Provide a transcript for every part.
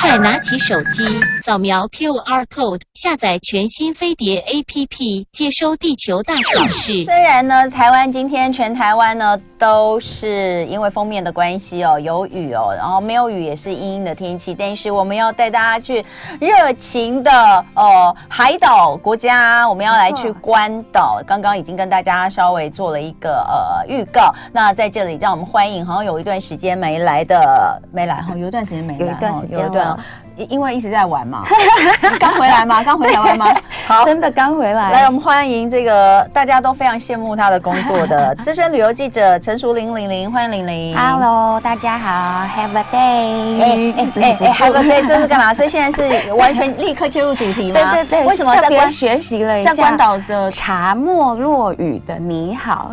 快拿起手机，扫描 QR code，下载全新飞碟 APP，接收地球大小事。虽然呢，台湾今天全台湾呢都是因为封面的关系哦，有雨哦，然后没有雨也是阴阴的天气，但是我们要带大家去热情的呃海岛国家，我们要来去关岛。刚刚已经跟大家稍微做了一个呃预告，那在这里让我们欢迎好像有一段时间没来的没来哈，有一段时间没来，有一段哦时间有一段了哦因因为一直在玩嘛，刚回来吗？刚回台湾吗？好，真的刚回来，来，我们欢迎这个大家都非常羡慕他的工作 的资深旅游记者陈淑玲玲玲，欢迎玲玲。 Hello，大家好，Have a 哎 day。哎哎哎， 还不对，这是干嘛？这现在是完全立刻切入主题对吗？对对，为什么特在别关学习了一下在关岛的？查没落语的你好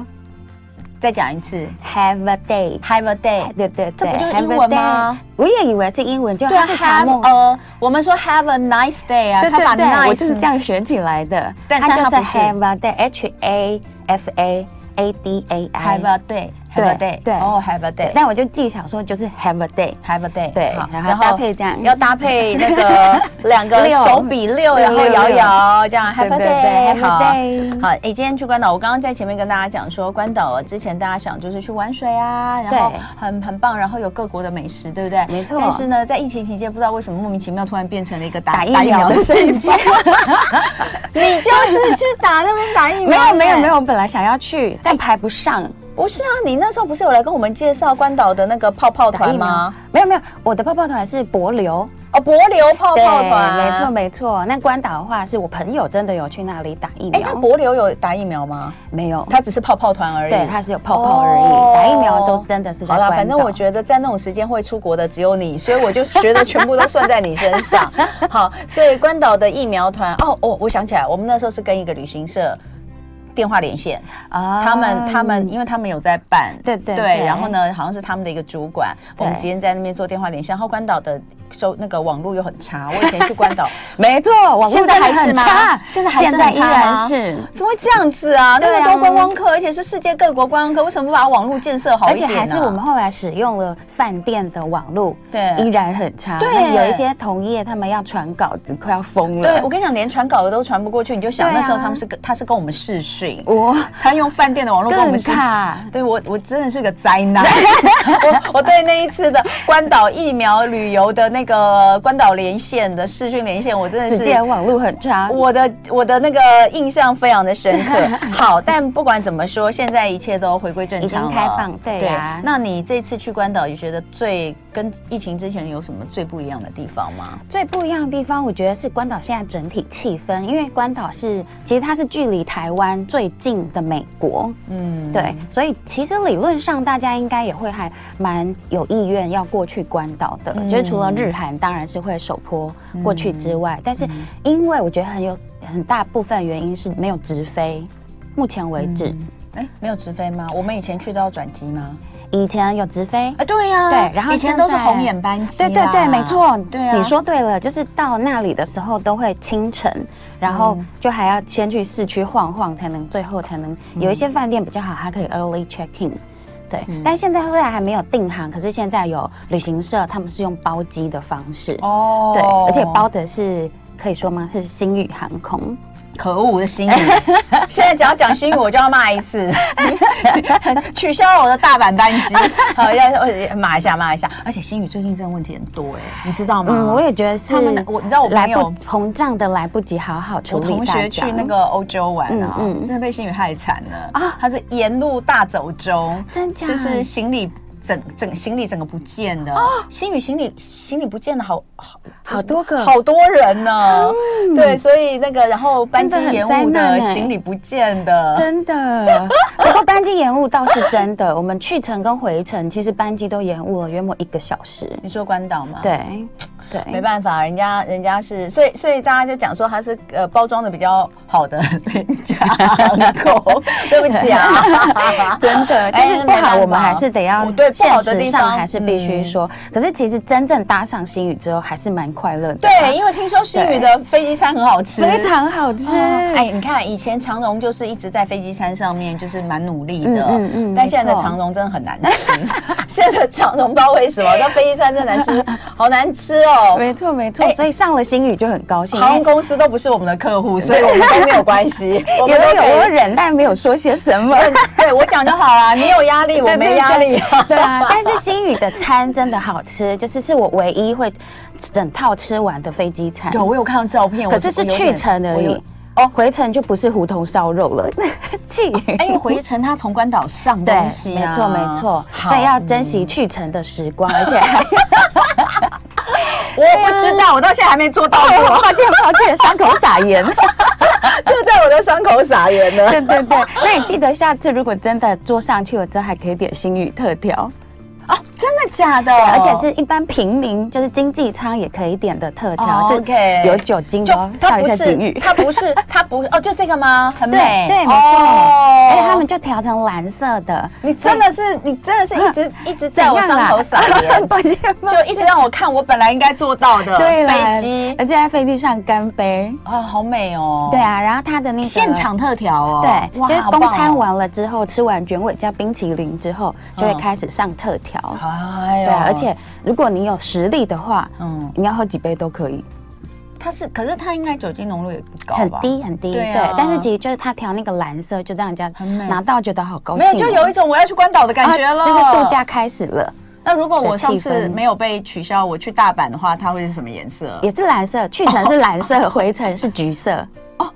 再讲一次，Have a day。 ，Have a day。对对对，这不就是 Have a 英文吗 day？我也以为是英文，就对啊它是，Have 查莫。呃，我们说 Have a nice day 啊，对他把哦对对，我就是这 nice 样选起来的。但但它它就不是是 Have a day，H A F A A D A I Have。a day，Have a 对 day，对哦，Have a day。但我就记想说，就是 Have a day。 Have a day，对好然后搭配这样要搭配那 个两个六手比六，六然后六摇六摇这样 Have a 对对对 day， ，Have 好 a day。好，哎、今天去关岛，我刚刚在前面跟大家讲说，关岛之前大家想就是去玩水啊，然后对很很棒，然后有各国的美食，对不对？没错但是呢，在疫情期间，不知道为什么莫名其妙突然变成了一个打打疫苗的瞬间。 你就是去打那边打疫没苗？有没有没，有，我本来想要去，哎但排不上。不是啊，你那时候不是有来跟我们介绍关岛的那个泡泡打团疫苗吗？？没有没有，我的泡泡团是柏流，哦，柏流泡泡团，没错。没错。那关岛的话，是我朋友真的有去那里打疫哎，那苗，柏流有打疫苗吗？没有，它只是泡泡团而已。对，它是有泡泡而哦已，打疫苗都真的是在好啦，关反正岛我觉得在那种时间会出国的只有你，所以我就觉得全部都算在你身 上。好，所以关岛的疫苗团，哦哦，我想起来，我们那时候是跟一个旅行社电话连线，啊他们他们，因为他们有在办，对对嗯对，然后？呢，好像是他们的一个主管，我们对之间在那边做电话连线，然后关岛的收那个网络又很 差，我以前去关岛，没错，网络现在真的还是很吗差，现在还是现在很依差吗然是。怎么会这样子啊？那对么啊多观光客，而且是世界各国观光客，为什么不把网络建设好而一且点呢？啊还是我们后来使用了饭店的网络，对依然很差。对那有一些同业他们要传稿子，快要疯了。对，我跟你讲，连传稿的都传不过去，你就想对啊那时候他们是跟他是跟我们视讯，我他用饭店的网络哦跟我更们视讯。卡。对我，我真的是个灾 难。我我对那一次的关岛疫苗旅游的那个关岛连线的视讯连线，我真的只是见网络很差。我的我的那个印象非常的深刻。 好，但不管怎么说，现在一切都回归正常了，已经开放对啊那你这次去关岛，你觉得最跟疫情之前有什么最不一样的地方吗？最不一样的地方，我觉得是关岛现在整体气氛，因为关岛是其实它是距离台湾最近的美国，嗯，对，所以其实理论上大家应该也会还蛮有意愿要过去关岛的，嗯就是除了日韩当然是会首波过去之外，但是因为我觉得很有很大部分原因是没有直飞，目前为止、哎，没有直飞吗？我们以前去都要转机吗？以前有直飞，啊，对呀、对然后以前现都是在红眼班机啦，啊对对对，没错，对啊你说对了，就是到那里的时候都会清晨，然后嗯就还要先去市区晃晃，才能最后才能有一些饭店比较好，还可以嗯 early check in。对，但现在虽然还没有定航，可是现在有旅行社，他们是用包机的方式，哦，对，而且包的是可以说吗？是星宇航空，可恶的新语， 现在只要讲新语我就要骂一次， 取消了我的大阪班机， 好要骂一下骂一下。而且新语最近真的问题很多哎、你知道吗？嗯，我也觉得是他们我你知道我来朋友不膨胀的来不及好好处我理同大学家去那个欧洲玩啊，嗯嗯真的被新宇害惨了啊啊！他是沿路大走中，真假就是行李整整行李整个不见了。哦新宇行李行李不见了，好好好多个好多人呢、对，所以那个然后班机嗯真的很延灾误的难欸行李不见的，真的，不过班机延误倒是真的。我们去程跟回程，其实班机都延误了约莫一个小时。你说关岛吗？。对，对，没办法，人家人家是，所以所以大家就讲说它是呃包装的比较好的廉价航 空，对不起啊，真的，但是不好，我们还是得哎要对不好现的地实方上还是必须说。可是其实真正搭上星宇之后，还是蛮快乐的。嗯啊对，，因为听说新宇的飞机餐很好吃，非常好吃。哦哎，你看以前长荣就是一直在飞机餐上面，就是蛮努力的。嗯嗯嗯但现在的没错长荣真的很难吃， 现在的长荣不知道为什么，那飞机餐真的难 吃，好难吃哦。没错没错哎，所以上了星宇就很高兴。航空因为公司都不是我们的客户，所以我们都没有关 系。我有们都有可有以，忍，但没有说些什 么。 对我讲就好啊。你有压 力，我对没压力。对啊，但是星宇的餐真的好吃，就是是我唯一会整套吃完的飞机餐。有，我有看到照片，我可是是去程而。我有已点。哦，回程就不是胡同烧肉了， 气。哎，因为回程他从关岛上 对，东西没啊错没错，好所以要珍惜去程的时 光，而且还我不知道，我到现在还没做到过， 哦抱歉抱歉，伤口撒盐。 就在我的伤口撒盐呢。对对对，那你记得下次如果真的坐上去了之后，还可以点星宇特调，哦真的假的？而且是一般平民就是经济舱也可以点的特调，哦是 OK 有酒精的就哦，它笑一不下警是语。它不是它不是哦，就这个吗？很对美，对，没错。哦而哎且他们就调成蓝色的，你真的是你真的是一直一直在我啊伤怎样啊啦口撒 盐，抱歉抱歉。就一直让我看我本来应该做到的对了，飞机而且在飞机上干杯。啊，好美哦。对，啊，然后它的那个现场特调哦。对，哇就是好公棒哦餐完了之后，吃完卷尾加冰淇淋之后，就会嗯开始上特调。哎对呦啊，而且如果你有实力的话，嗯，你要喝几杯都可以，它是可是它应该酒精浓度也不高很吧？低很低。对对啊，但是其实就是他调那个蓝色，就让人家很美拿到觉得好高兴没哦。有，就有一种我要去关岛的感觉了，啊就是度假。开始了，那如果我的上气次氛嗯没有被取消，我去大阪的话，它会是什么颜色？也是蓝色，去程是 蓝色，回程是橘色。哦，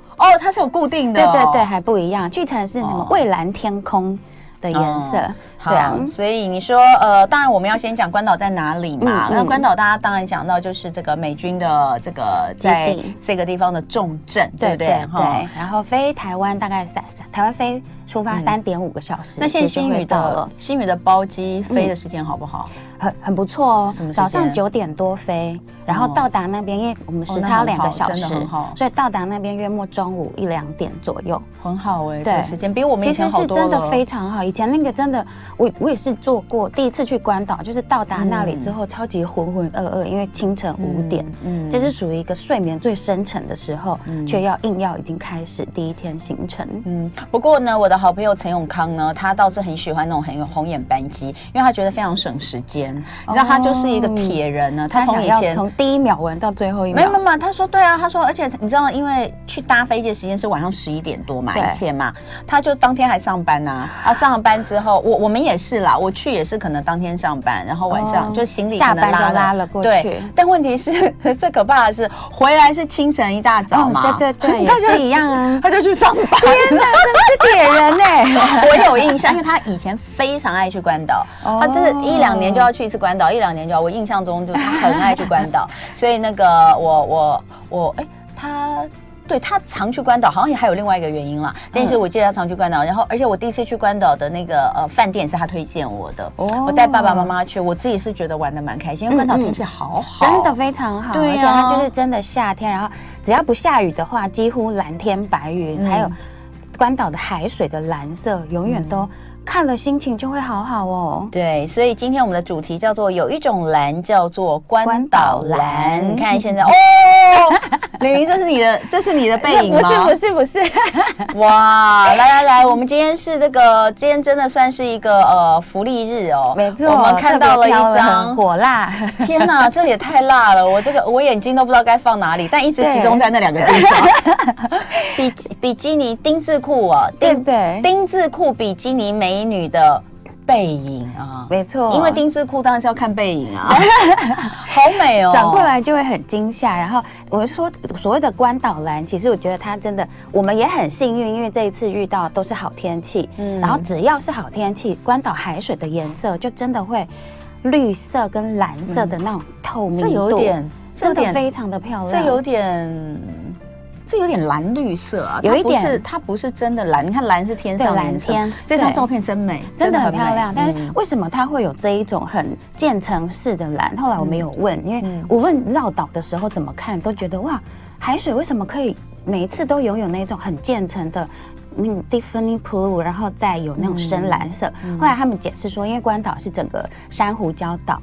它是有固定的对哦、对对，还不一样，去程是什么哦蔚蓝天空的颜色哦。对啊好，，所以你说，呃，当然我们要先讲关岛在哪里嘛。嗯嗯那关岛大家当然讲到就是这个美军的这个基在地这个地方的重镇，对不对对对？对哈，然后飞台湾大概三三，台湾飞出发三点五个小时，嗯那现在其实新会宇到的了，嗯新宇的包机飞的时间好不好？很很不错哦什么。时间早上九点多飞，然后到达那边，因为我们时哦那差很两好个小真时的很好，所以到达那边约莫中午一两点左右。很好哎、这对个时间比我们以其实前好是多了。真的非常好，以前那个真的，我我也是做过，第一次去关岛，就是到达那里之后超级浑浑噩噩，因为清晨五点，嗯嗯，这是属于一个睡眠最深沉的时候，却要硬要已经开始第一天行程。嗯，不过呢，我的好朋友陈永康呢，他倒是很喜欢那种很有红眼班机，因为他觉得非常省时间。你知道，他就是一个铁人呢，他从哦想以要前从第一秒闻到最后一没秒有没，有没有，他说对啊，他说，而且你知道，因为去搭飞机的时间是晚上十一点多嘛，对哦以前嘛，他就当天还上班呐、啊，上了班之后，我我们也是啦，我去也是可能当天上班，然后晚上、哦就行李下可能班就拉拉了过去对，但问题是 最可怕的是回来是清晨一大早嘛，嗯对对 对，他就也是一样啊。他就去上班。天哪，真的是铁人哎！ 我有印象，因为他以前非常爱去关岛，哦他真啊的一两年就要去一次关岛，一两年就要。我印象中就他很爱去关岛，所以那个我我我，哎、他。对他常去关岛，好像也还有另外一个原因啦。但是我记得他常去关岛，然后而且我第一次去关岛的那个呃饭店是他推荐我的，哦我带爸爸妈妈去，我自己是觉得玩的蛮开心，因为关岛天气好好，真的非常好，对啊而且它就是真的夏天，然后只要不下雨的话，几乎蓝天白云，嗯还有关岛的海水的蓝色，永嗯远都看了心情就会好好哦。对，所以今天我们的主题叫做有一种蓝叫做关关岛岛蓝，蓝你看 现在哦，玲玲，这是你 的这是你的背影不吗？是不是不是，哇， 来来来，我们今天是这个，今天真的算是一个呃福利日哦，没错，我们看到了一特别挑张 很。火辣，天哪，这也太辣了！我这个我眼睛都不知道该放哪里，但一直对集中在那两个地方。 比比基尼丁字裤啊，对丁对，丁字裤比基尼美女的背影啊，没错，因为丁字裤当然是要看背影啊， 好美哦，转过来就会很惊吓。然后我说，所谓的关岛蓝，其实我觉得它真的，我们也很幸运，因为这一次遇到都是好天气。嗯嗯，然后只要是好天气，关岛海水的颜色就真的会绿色跟蓝色的那种透明这度，有点，这有真点，的非常的漂这亮。有点。这有点蓝绿色啊，有它一不是点它不是真的蓝。你看蓝是天上的对颜色蓝天这张对照片真美，真的很漂亮，美但是嗯为什么它会有这一种很嗯渐层式的蓝？后来我们有问，因为无论绕岛的时候怎么看，都觉得哇，海水为什么可以每一次都拥有那种很渐层的？那种 Tiffany blue，然后再有那种深蓝色。嗯后来他们解释说，因为关岛是整个珊瑚礁岛，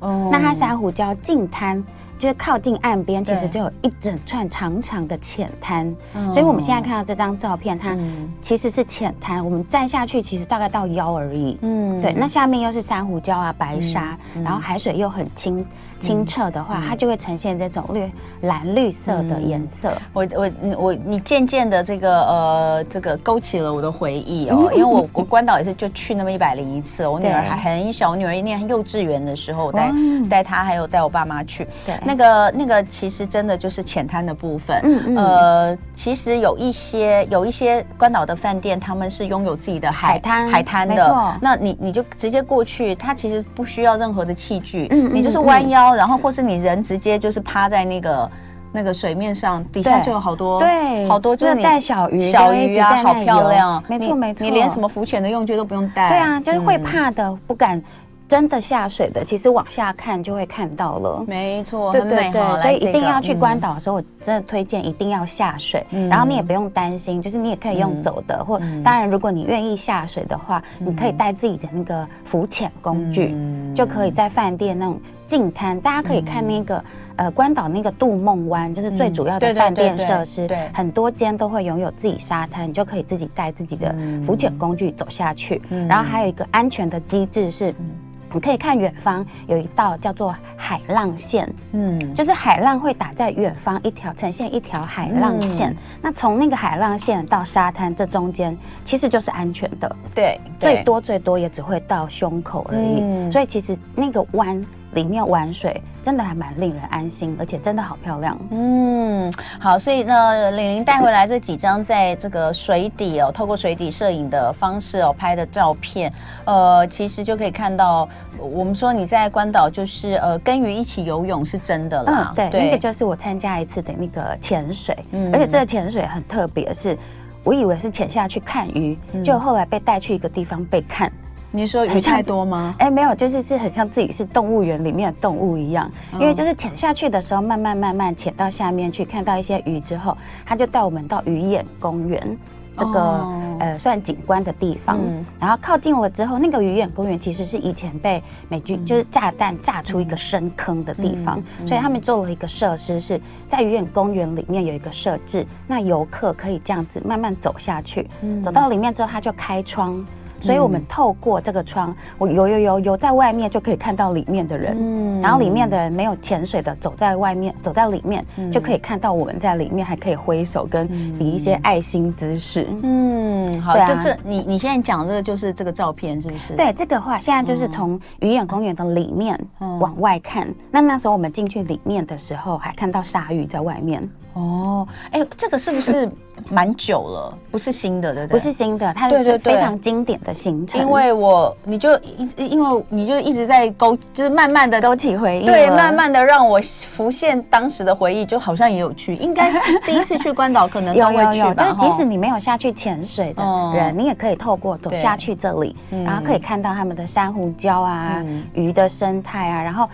哦那它珊瑚礁近滩就是靠近岸边，其实对就有一整串长长的浅滩嗯。所以我们现在看到这张照片，它嗯其实是浅滩，我们站下去其实大概到腰而已。嗯对，那下面又是珊瑚礁啊、白沙，然后海水又很清清澈的嗯话，它就会呈现这种绿蓝绿色的颜色。我我你我你渐渐的这个呃这个勾起了我的回忆 哦，因为我我关岛也是就去那么一百零一次，我女儿对还很小，我女儿念幼稚园的时候，我带哇哦带她还有带我爸妈去，对那个那个其实真的就是浅滩的部分，嗯嗯呃，其实有一些有一些关岛的饭店，他们是拥有自己的海海滩海滩没的错，那你你就直接过去，它其实不需要任何的器具，嗯嗯你就是嗯弯腰，然后或是你人直接就是趴在那个那个水面上，底下对就有好多对，好多就是那你带小鱼，小就一鱼直啊，在那好里漂游亮，没你错没错，你连什么浮潜的用具都不用带，对啊，就是会嗯。怕的，不敢真的下水的，其实往下看就会看到了。没错，对很对美哈对，所以来这一定个要去嗯关岛的时候，我真的推荐一定要下水。嗯然后你也不用担心，就是你也可以用走的，或当然如果你愿意下水的话，你可以带自己的那个浮潜工嗯具，就可以在饭店那种近滩，大家可以看那个。呃，关岛那个杜梦湾就是最主要嗯嗯对的对饭店对对设施，对很多间都会拥有自己沙滩，你就可以自己带自己的嗯浮潜工具走下去。然后还有一个安全的机制是，嗯你可以看远方有一道叫做海浪线，嗯，就是海浪会打在远方一条，呈现一条海浪线。嗯那从那个海浪线到沙滩这中间，其实就是安全的，对，最对多最多也只会到胸口而已。嗯所以其实那个湾里面玩水真的还蛮令人安心，而且真的好漂亮。嗯，好，所以呢，玲玲带回来这几张在这个水底哦，透过水底摄影的方式哦拍的照片，呃，其实就可以看到，我们说你在关岛就是呃跟鱼一起游泳是真的啦，嗯，对，那个就是我参加一次的那个潜水，嗯而且这个潜水很特别，是我以为是潜下去看鱼，嗯就后来被带去一个地方被看。你说鱼很像太多吗？哎，没有，就是是很像自己是动物园里面的动物一样，嗯因为就是潜下去的时候，慢慢慢慢潜到下面去，看到一些鱼之后，他就带我们到鱼眼公园这个、哦呃算景观的地方，嗯然后靠近了之后，那个鱼眼公园其实是以前被美军、嗯就是炸弹炸出一个深坑的地方，所以嗯他们做了一个设施是在鱼眼公园里面有一个设置，那游客可以这样子慢慢走下去，嗯走到里面之后他就开窗。所以我们透过这个窗，我游游游游在外面就可以看到里面的人，嗯然后里面的人没有潜水的走在外面，走在里面、嗯就可以看到我们在里面，还可以挥手跟比一些爱心姿势。嗯，好，对啊就这你你现在讲这个就是这个照片是不是？，对，这个话现在就是从鱼眼公园的里面嗯往外看。那那时候我们进去里面的时候，还看到鲨鱼在外面，哦，哎，这个是不是蛮久了？不是新的，对不对？不是新的，它对对是对非常经典的行程，因为我你就一因为你就一直在勾，就是慢慢的勾起回忆了。对，慢慢的让我浮现当时的回忆，就好像也有去，应 该第一次去关岛可能都有会有去有，吧。就是即使吼你没有下去潜水的人，嗯你也可以透过走对下去这里，然后可以看到他们的珊瑚礁啊、嗯鱼的生态啊，然后。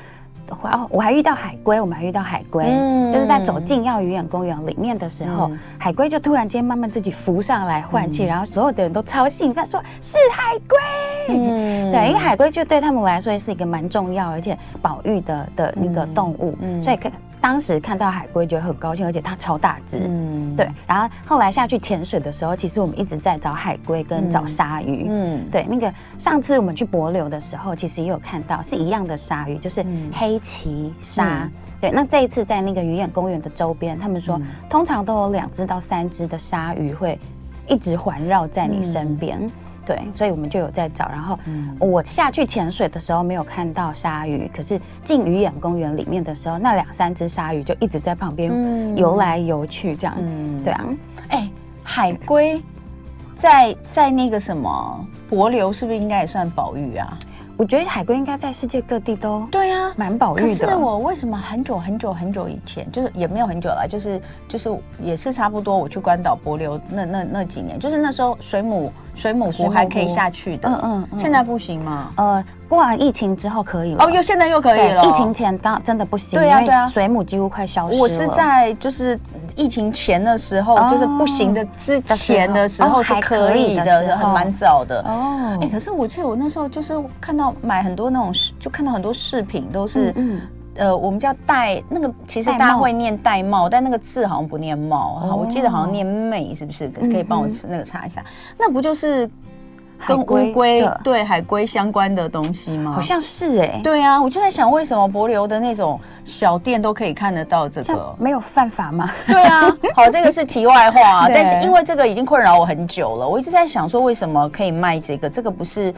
我我还遇到海龟，我们还遇到海龟，嗯就是在走进耀鱼眼公园里面的时候，嗯海龟就突然间慢慢自己浮上来换气，然后所有的人都超兴奋，说是海龟。嗯对，因为海龟就对他们来说是一个蛮重要而且保育的的那嗯个动物，所以看当时看到海龟觉得很高兴，而且它超大只，嗯对，然后后来下去潜水的时候，其实我们一直在找海龟跟找鲨鱼。嗯对，那个上次我们去帛琉的时候，其实也有看到是一样的鲨鱼，就是嗯黑鳍鲨。对，那这一次在那个鱼眼公园的周边，他们说、嗯通常都有两只到三只的鲨鱼会一直环绕在你身边。嗯对，所以我们就有在找。然后我下去潜水的时候没有看到鲨鱼，可是进鱼眼公园里面的时候，那两三只鲨鱼就一直在旁边嗯游来游去这样。嗯对啊，哎，海龟在在那个什么帛琉是不是应该也算保育啊？我觉得海龟应该在世界各地都对啊呀、蛮保可育是的。我为什么很久很久很久以前，就是也没有很久了，就是就是也是差不多，我去关岛、帛琉那那那几年，就是那时候水母水母水湖母湖还可以下去的，嗯嗯嗯现在不行吗？呃，过完疫情之后可以了。哦，又现在又可以对了。疫情前刚真的不行，对啊因对啊为水母几乎快消失了。我是在就是疫情前的时候，哦就是不行的之前的时候的时是候可以哦还可以的时的，候很蛮早的。哦哎，可是我记得我那时候就是看到买很多那种饰，就看到很多饰品都是，嗯呃，我们叫戴那个，其实戴大家帽会念戴帽，但那个字好像不念帽，好，我记得好像念妹，是不是？可可以哦嗯帮我嗯那个查一下，那不就是海跟乌龟龟的对海龟相关的东西吗？好像是啊哎，对啊，我就在想，为什么博流的那种小店都可以看得到这这个样？没有犯法吗？对啊，好，这个是题外话、啊， 对但是因为这个已经困扰我很久了，我一直在想说，为什么可以卖这个？这个不是。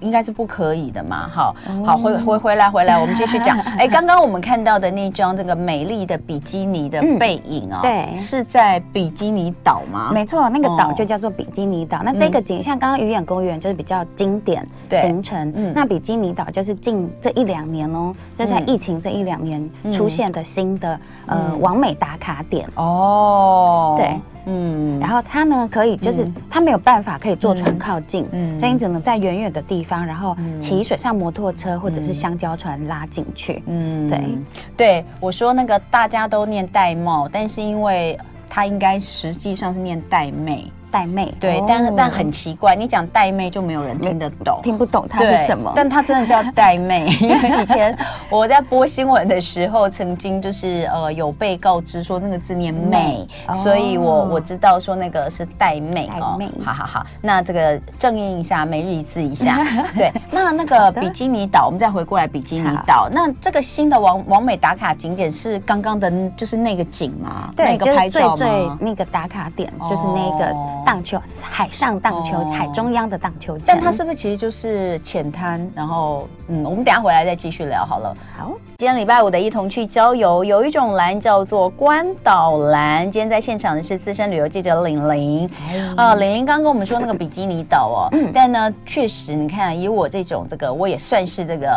应该是不可以的嘛，好哦好回回回来回来，我们继续讲。 哎，刚刚我们看到的那张这个美丽的比基尼的背影哦，嗯对是在比基尼岛吗？没错，那个哦嗯岛就叫做比基尼岛。那这个景，像刚刚鱼眼公园就是比较经典对行程。嗯那比基尼岛就是近这一两年哦，就在嗯疫情这一两年嗯出现的新的呃嗯完美打卡点。哦，对，嗯，然后它呢可以就是嗯它没有办法可以坐船靠近，嗯所以你只能在远远的地方，然后骑水上摩托车或者是香蕉船拉进去。嗯对对，我说那个大家都念戴帽，但是因为它应该实际上是念戴妹，带妹对，哦但但很奇怪，你讲戴妹就没有人听得懂。 听不懂它对是什么。但它真的叫戴妹， 因为以前我在播新闻的时候，曾经就是呃有被告知说那个字念妹，哦所以我我知道说那个是戴妹哦戴妹好好好，那这个正音一下，每日一字一 下。对，那那个比基尼岛，我们再回过来比基尼岛，那这个新的王王美打卡景点是刚刚的，就是那个景吗？对，那就个是拍最照最吗？那个打卡点，就是那个哦荡秋海上荡秋哦海中央的荡秋千。但它是不是其实就是浅滩？然后，嗯，我们等一下回来再继续聊好了。好，今天礼拜五的一同去郊游，有一种蓝叫做关岛蓝。今天在现场的是资深旅游记者玲玲，嗯啊、玲玲刚跟我们说那个比基尼岛哦，但呢，确实你看，啊以我这种这个，我也算是这个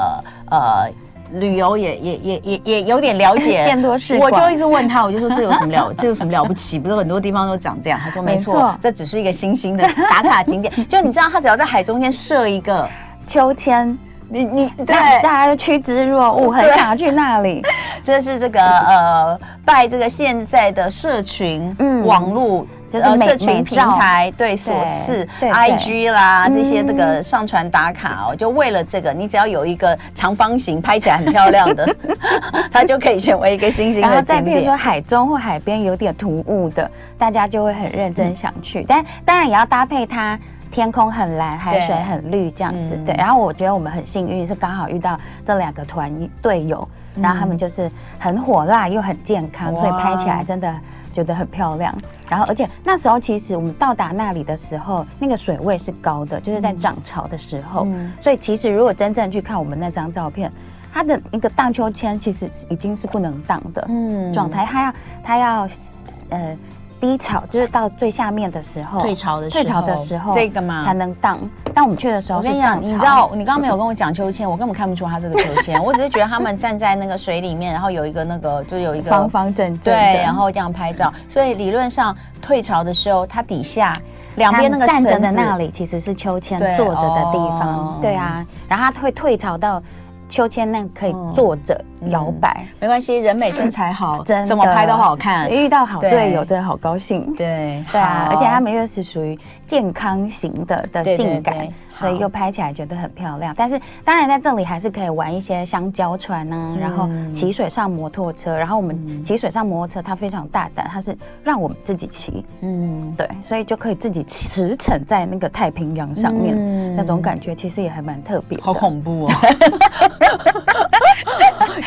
呃。旅游也也也也也有点了 解，见多识我广就一直问他，我就说这有什么 了，这有什么了不起？不是很多地方都长这样。他说没没错错，这只是一个新兴的打卡景点。 就你知道，他只要在海中间设一个，秋千，你你对，那大家就趋之若鹜，很对想要去那里。这是这个呃，拜这个现在的社群、嗯网络。就是呃美社群美平照台对所赐对对，IG 啦嗯这些这个上传打卡哦，就为了这个，你只要有一个长方形拍起来很漂亮的， 它就可以成为一个新兴然的后再景比如点。说海中或海边有点突兀的，大家就会很认真想去，但当然也要搭配它。天空很蓝，海水很绿，这样子嗯对。然后我觉得我们很幸运，是刚好遇到这两个团队友，然后他们就是很火辣又很健康，嗯哇所以拍起来真的觉得很漂亮。然后而且那时候其实我们到达那里的时候，那个水位是高的，就是在涨潮的时候，嗯所以其实如果真正去看我们那张照片，它的一个荡秋千其实已经是不能荡的，嗯状态，它要它要呃低潮，就是到最下面的时候，哦退潮的时候退潮的时候这个吗才能荡。但我们去的时我候跟是你讲，涨你知潮，道，你刚刚没有跟我讲秋千，我根本看不出它是个秋千，我只是觉得他们站在那个水里面，然后有一个那个，就有一个方方正正对，的，然后这样拍照。所以理论上退潮的时候，它底下两边那个它站着的绳子那里其实是秋千对坐着的地哦方，对啊，然后它会退潮到秋千那可以嗯坐着摇摆，没关系，人美身材好， 真的怎么拍都好看。遇到好队友嗯对真的好高兴。对对啊，好而且他们又是属于健康型的的对对性感，对所好以又拍起来觉得很漂亮。但是当然在这里还是可以玩一些香蕉船啊，然后骑水上摩托车，然后我们骑水上摩托车它非常大胆，它是让我们自己骑，嗯，对，所以就可以自己驰骋在那个太平洋上面，嗯那种感觉其实也还蛮特别的。好恐怖 哦。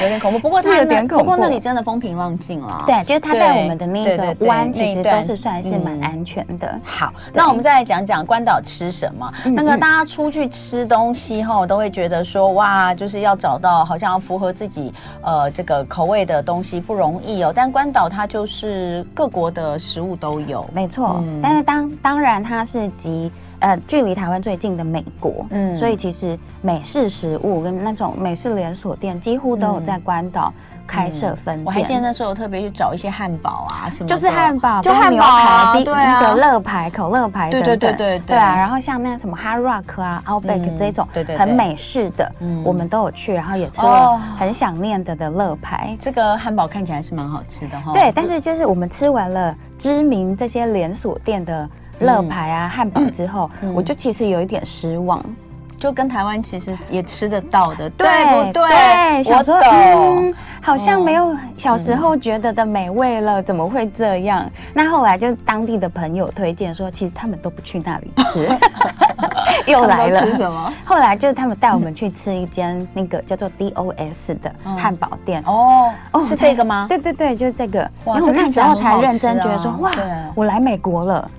有点恐怖，不过是它有那点恐不怖过那里真的风平浪静了。对，就是它对在我们的那对对个对湾，那其一实都段是算是蛮嗯安全的。好，那我们再来讲讲关岛吃什么。嗯那个大家出去吃东西后，都会觉得说哇，就是要找到好像符合自己呃这个口味的东西不容易哦。但关岛它就是各国的食物都有，没错，嗯但是当当然它是集呃距离台湾最近的美国，嗯嗯，所以其实美式食物跟那种美式连锁店几乎都有在关岛开设分店。我还记得那时候我特别去找一些汉堡啊什么的，就是汉堡，就跟汉牛堡啊排、鸡对啊可乐牌、可乐牌对等对等，对对对对啊。然后像那什么 Hard Rock 啊、嗯 Outback 这种对对对很美式的嗯，我们都有去，然后也吃哦了很想念的的乐牌。这个汉堡看起来是蛮好吃的哈。对，但是就是我们吃完了知名这些连锁店嗯的乐牌啊、汉堡之后，我就其实有一点失望。就跟台湾其实也吃得到的，不对，对？我小时候懂。嗯，好像没有小时候觉得的美味了，怎么会这嗯样？那后来就当地的朋友推荐说，其实他们都不去那里 吃，又来他们都吃了。什么？后来就是他们带我们去吃一间那个叫做 DOS 的汉堡店，嗯哦，是这个吗？对对对，就是这个。哇然后这我看那起时来候很好才认真觉得吃说啊，哇对，我来美国了。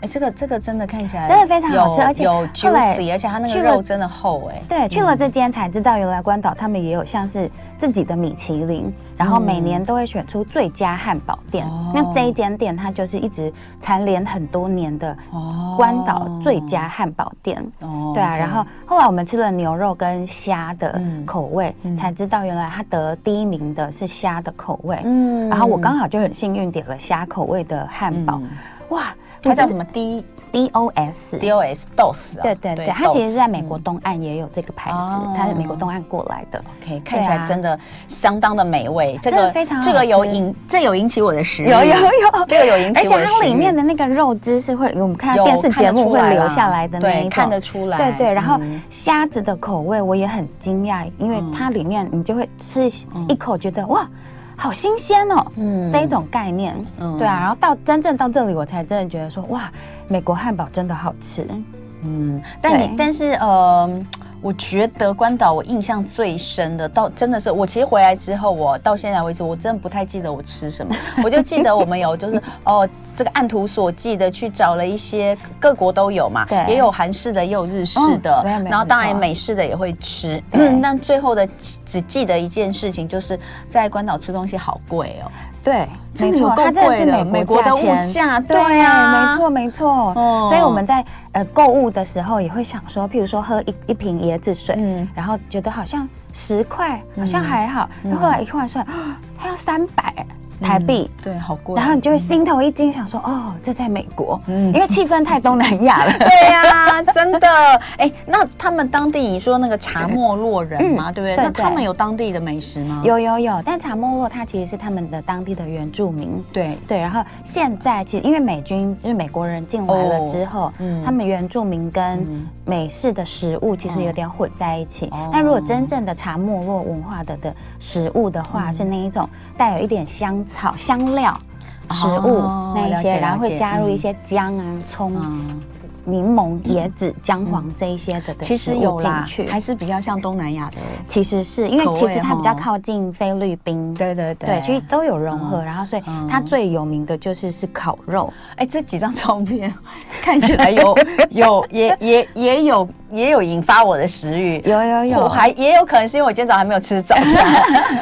哎，这个这个真的看起来真的非常好吃有而且有后来 juicy，而且它那个去了肉真的厚哎。对，去了这间才知道，原来关岛他们也有像是自己的米其林，然后每年都会选出最佳汉堡店。哦那这一间店它就是一直蝉联很多年的哦关岛最佳汉堡店。哦对啊， OK 然后后来我们吃了牛肉跟虾的嗯口味，嗯才知道原来它得第一名的是虾的口味。嗯然后我刚好就很幸运点了虾口味的汉堡，嗯哇，它叫什么 D ？DOS。 D O S DOS 啊？对对对，它其实是在美国 DOS 东岸也有这个牌子，哦它是美国东岸过来的。嗯 OK，看起来对啊真的相当的美味，这真的非常好这个有吃引这有引起我的食欲，有有有，这个有引起嗯我的食而欲，且它里面的那个肉汁是会，我们看有到电视节目看得出会来啦留下来的那一对看得种。出来，对对，然后嗯虾子的口味我也很惊讶，因为它里面你就会吃一口，觉得哇，好新鲜哦，嗯这一种概念，嗯对啊，然后到真正到这里，我才真的觉得说哇，美国汉堡真的好吃，嗯，但你对但是呃，我觉得关岛我印象最深的，到真的是我其实回来之后，我到现在为止，我真的不太记得我吃 什么，我就记得我们有就是哦，这个按图索骥的去找了一些各国都有嘛，对也有韩式的，也有日式的，嗯没有没有然后当没然有美式的也会吃，对嗯但最后的只记得一件事情，就是在关岛吃东西好贵哦，对，真的有够它真的贵是的，美美国国价的钱物。价，对对啊，没错没错。哦所以我们在呃购物的时候也会想说，譬如说喝一一瓶椰子水，嗯然后觉得好像十块好像还好，嗯然后后来一换算， 啊它要三百台币。嗯对，好贵，然后你就会心头一惊，想说哦，这在美国，嗯因为气氛太东南亚了。 对啊呀、真的。哎，那他们当地你说那个查莫洛人嘛，嗯对不对？对那他对们有当地的美食吗？，有有有，但查莫洛它其实是他们的当地的原住民，对，对，然后现在其实因为美军就是美国人进来哦了之后，嗯他们原住民跟美式的食物其实有点混在一起。哦但如果真正的茶没落文化的的食物的嗯话，是那一种带有一点香草香料。食物、哦那一了解些，然后了会解加入嗯一些姜啊、葱、嗯，柠檬、椰子、姜黄这一些的的其食实物有进啦，去还。是比较像东南亚的。其实是因为口其味实它比较哦靠近菲律宾，对对对，其实都有融合，然后所以它嗯最有名的就是是烤肉，哎，这几张照片看起来 有有也也也有也有引发我的食欲。有有有，我还也有可能是因为我今天早上还没有吃早 餐。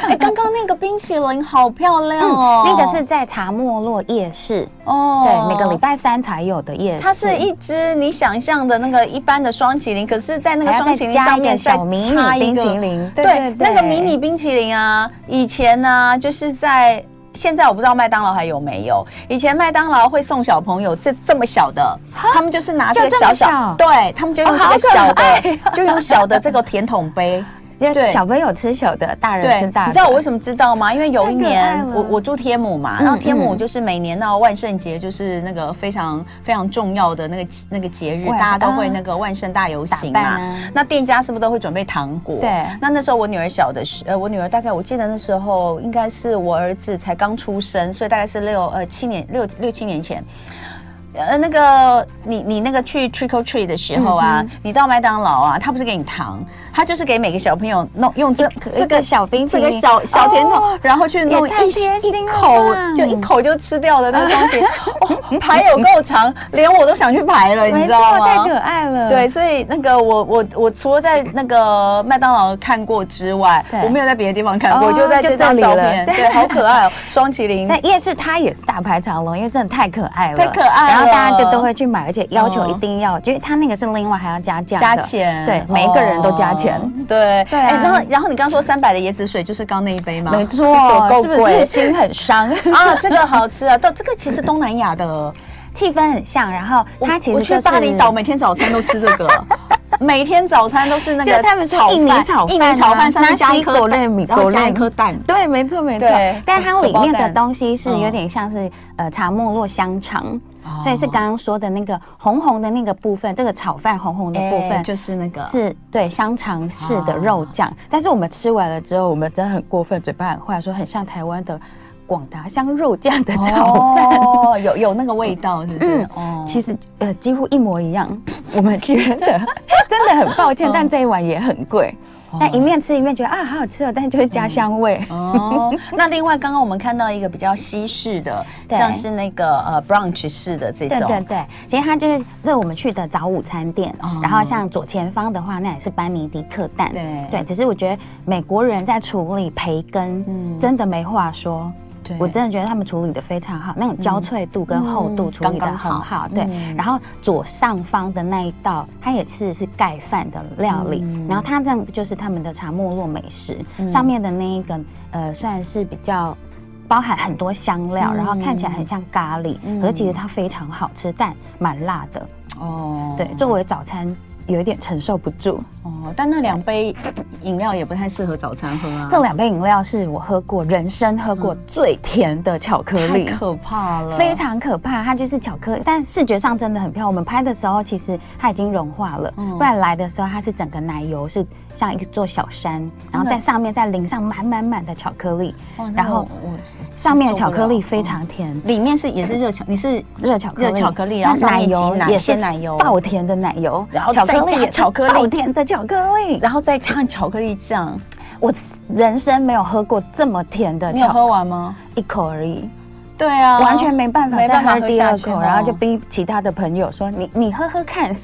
哎，刚刚那个冰淇淋好漂亮哦，嗯那个是在茶没落夜市，哦对，每个礼拜三才有的夜市。它是一只你想象的那个一般的双淇淋，可是，在那个还要双再淇淋加上一面个再小迷你插一冰个淇淋，对对对对，那个迷你冰淇淋啊，以前呢、就是在现在我不知道麦当劳还有没有，以前麦当劳会送小朋友这这么小的，他们就是拿这个就这小么小，小对他们就用哦这个好可小的，爱就用小的这个甜筒杯。就对小朋友吃小的，大人对，吃大的。你知道我为什么知道吗？因为有一太年可爱了我我住天母嘛，嗯然后天母嗯就是每年到万圣节就是那个非常非常重要的那个那个节日，万大家都会啊那个万圣大游行打嘛扮啊。那店家是不是都会准备糖果？对那那时候我女儿小的时，呃，我女儿大概我记得那时候应该是我儿子才刚出生，所以大概是六呃七年六六七年前。呃，那个你你那个去 trick or treat 的时候嗯啊，你到麦当劳啊，他不是给你糖，他就是给每个小朋友弄用这可这一个个小冰淇这淋个小小甜筒，哦然后去弄也太一贴一心了口吧就一口就吃掉的那个双 节，哦，排有够长，连我都想去排了，你没知错，道太吗可？爱了。对，，所以那个我我我除了在那个麦当劳看过之外，对我没有在别的地方看过，哦就在就这张这里照了片， 对对，好可爱哦，双麒麟， 那夜市它也是大排长龙，因为真的太可爱了，太可爱了嗯然后后大家就都会去买，而且要求一定要，因为它那个是另外还要加价的，加钱，对，每一个人都加钱。哦对对啊哎然后然后你刚刚说三百的椰子水就是刚那一杯吗？没 有够错，是不贵是心很伤？ 啊，这个好吃啊！到这个其实东南亚的，气氛很像，然后它其我实去就是巴厘岛每天早餐都吃这 个，每天早餐都是那就个他们是炒印尼饭炒印饭尼炒啊饭上面拿加一西颗狗蛋类米然后狗加类一颗蛋，对，没错没错对，但它里面的东西是荷包蛋有点像是呃茶沫落香肠嗯哦，所以是刚刚说的那个红红的那个部分，这个炒饭红红的部哎分就是那个是对香肠式的肉酱，但是我们吃完了之后，我们真的很过分，嘴巴很坏，说很像台湾的广达香肉酱的炒饭。 嗯哦，有有那个味道，是不是？哦，其实呃几乎一模一样，我们觉 得真的很抱嗯歉，但这一碗也很贵。但一面吃一面觉得啊好好吃哦，但就是嗯家乡味。哦，那另外刚刚我们看到一个比较西式的，对像是那个呃 brunch 式的这对对种，对，其实它就是为我们去的早午餐店，哦然后像左前方的话，那也是班尼迪克蛋，对只是我觉得美国人在处理培根，嗯真的没话说。对我真的觉得他们处理的非常好，那种焦脆度跟厚度嗯处理的刚很刚好好，对。嗯然后左上方的那一道，它也是是盖饭的料理，嗯然后它这样就是他们的茶没落美食，上面的那一个呃，虽然是比较包含很多香料，嗯然后看起来很像咖喱，可是其实它非常好吃，但蛮辣的。哦对，作为早餐有一点承受不住。哦，但那两杯饮料也不太适合早餐喝啊，嗯这两杯饮料是我喝过人生喝过最甜的巧克太力。可怕了，非常可怕，它就是巧克力，但视觉上真的很漂亮。我们拍的时候，其实它已经融化了，嗯不然来的时候它是整个奶油是像一座小山，然后在上面再淋上满满满的巧克力，哇。然然后后我上面的巧克受不力了非常甜，里面是也是热巧，你是热巧克力，热巧克力那然后上奶面油挤奶也是鲜奶油爆甜的奶油，然后巧克再力加也是巧克力爆甜的巧克力。然后再加上巧克力 酱，我人生没有喝过这么甜的你有巧，喝完吗？一口而已。对啊完全没办法没再办法喝喝第下二去口，哦然后就逼其他的朋友说：“你你喝 喝看。”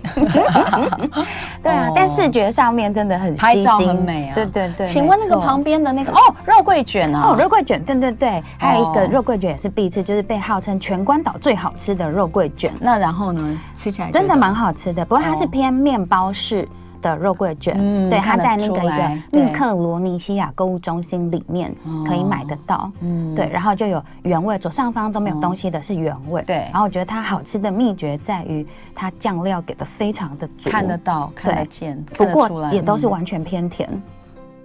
对啊哦，但视觉上面真的很拍吸照睛很美啊对对对，请问那个没错旁边的那个哦，肉桂卷啊，哦，肉桂卷，对对对，还有一个哦肉桂卷也是必吃，就是被号称全关岛最好吃的肉桂卷，那然后呢，吃起来真觉的得蛮好吃的。不过它是哦偏面包式。的肉桂卷，嗯对，它看得在那个出一个来对密克罗尼西亚购物中心里面可以买得到，嗯对，然后就有原味，左上方都没有东西的是原味。对然后我觉得它好吃的秘诀在于它酱料给的非常的足，看得到、看得对见，看不得出过来也都是嗯完全偏甜。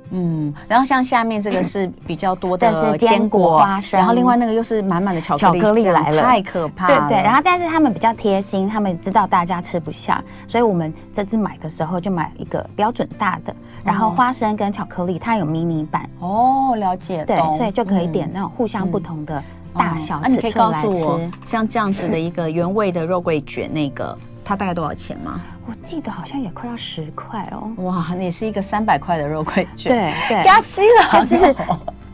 嗯，然后像下面这个是比较多的这是坚果花生然后另外那个又是满满的巧克力巧克力酱来了太可怕对了。对，然后但是他们比较贴心，他们知道大家吃不下，所以我们这次买的时候就买一个标准大的，然后嗯花生跟巧克力它有迷你版，哦，了解，对，懂所以就可以点嗯那种互相不同的大小哦那你尺可以寸告来诉吃。我，像这样子的一个原味的肉桂卷，那个它大概多少钱吗？我记得好像也快要十块哦。哇，那也是一个三百块的肉桂卷，，对对，给它吸了， 就是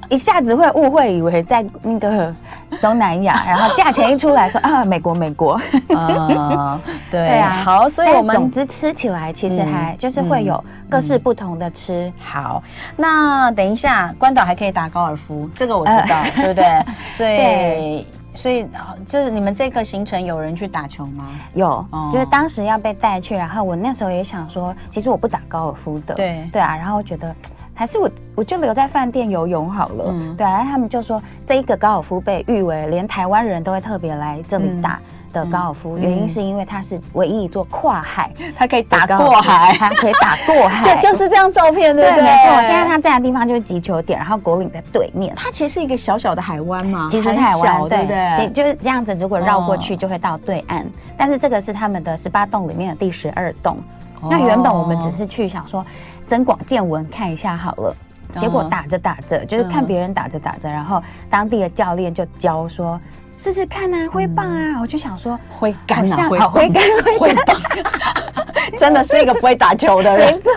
一下子会误会以为在那个东 南亚，然后价钱一出来说啊美国美国，啊，对对啊好，所以我但总们嗯之吃起来其实还就是会有各式不同的吃。好，那等一下，关岛还可以打高尔夫，这个我知道，对不对？ 所以呃对。所以，啊就是你们这个行程有人去打球吗？有哦，就是当时要被带去，然后我那时候也想说，其实我不打高尔夫的，对对啊，然后我觉得。还是我，我就留在饭店游泳好了。嗯对啊，他们就说这一个高尔夫被誉为连台湾人都会特别来这嗯里打的高尔夫，原因是因为它是唯一一座跨海他可以的打高尔夫过海，它可以打过海， 就就是这张照片，对对，不对？没错。现在他站的地方就是击球点，然后国岭在对面。它其实是一个小小的海湾嘛，其实是哦很海湾小对不就对？就是这样子。如果绕过去哦就会到对岸，但是这个是他们的十八洞里面的第十二洞。哦那原本我们只是去想说增广见闻看一下好了，结果嗯打着打着就是看嗯别人打着打着，然后当地的教练就教说试试看啊，挥棒嗯啊，我就想说挥好杆啊，像好挥杆挥挥棒， 真的是一个不会打球的人没。错，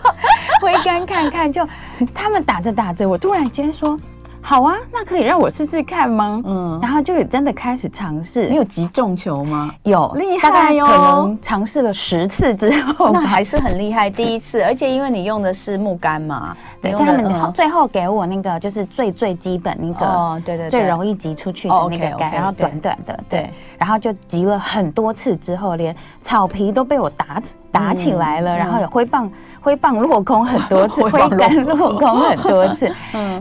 挥杆看看就，他们打着打着，我突然间说。好啊，那可以让我试试看吗？嗯 嗯，然后就也真的开始尝试，你有击中球吗？有厉大概害哦可能尝试了十次之后那吧，还是很厉害，第一次，而且因为你用的是木杆嘛，你对，用但他的们嗯后最后给我那个就是最最基本那哦个，对对对最容易集出去哦的那个，OK，OK，杆，然后对短短的，对对，然后就集了很多次之后，连草皮都被我打打起来了，然后有挥棒挥棒落空很多次，嗯 挥挥棒落杆落空很多次，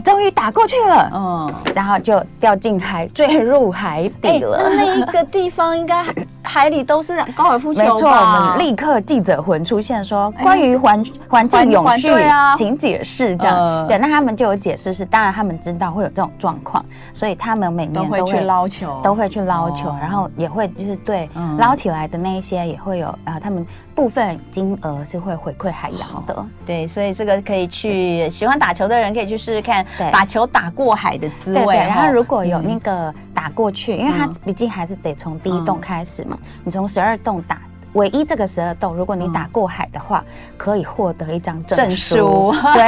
终于打过去了，嗯，然后就掉进海，坠入海底哎了。那那一个地方应该海海里都是高尔夫没球错，我哎吧？们立刻记者魂出现说，哎关于环环境永续环环对啊，请解释这样。呃对，那他们就有解释是，当然他们知道会有这种状况，所以他们每都年会都去会。捞球，都会去捞球，哦然后也会就是对、嗯捞起来的那一些也会有呃，他们部分金额是会回馈海洋的。对，所以这个可以去喜欢打球的人可以去试试看，对把球打过海的滋对味。对，然哈后如果有嗯那个打过去，因为它嗯毕竟还是得从第一嗯栋开始嘛，你从十二栋打。唯一这个十二栋，如果你打过海的话，可以获得一张证证书书。对，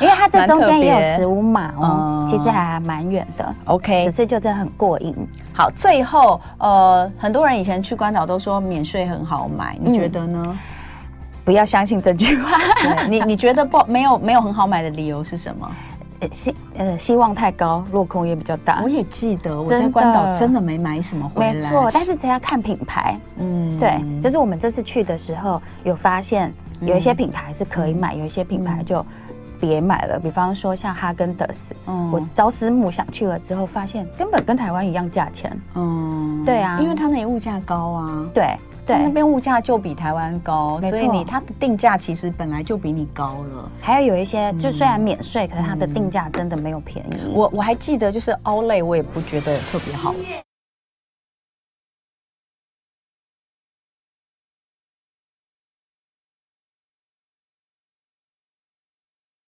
因 为它这中间也有蛮特别十五码哦嗯，其实还蛮远的， OK 只是就真的很过瘾。好，最后呃，很多人以前去关岛都说免税很好买，你嗯觉得 呢？不要相信这句话，对你你觉得不没有没有很好买的理由是什么？呃 希呃希望太高，落空也比较大我。也记得我真在的关岛真的没买什么回来，没错，，但是只要看品牌，嗯对，就是我们这次去的时候有发现，嗯有一些品牌是可以买，有一些品牌就别买了。比方说像哈根达斯，嗯我朝思暮想去了之后，发现根本跟台湾一样价钱。嗯对啊因为它那里物价高啊。对那对，边物价就比台湾高，没所错以你它的定价其实本来就比你高了。还有有一些就虽然嗯免税，可是它的定价真的没有便宜。我我还记得就是 o l a y 我也不觉得特别好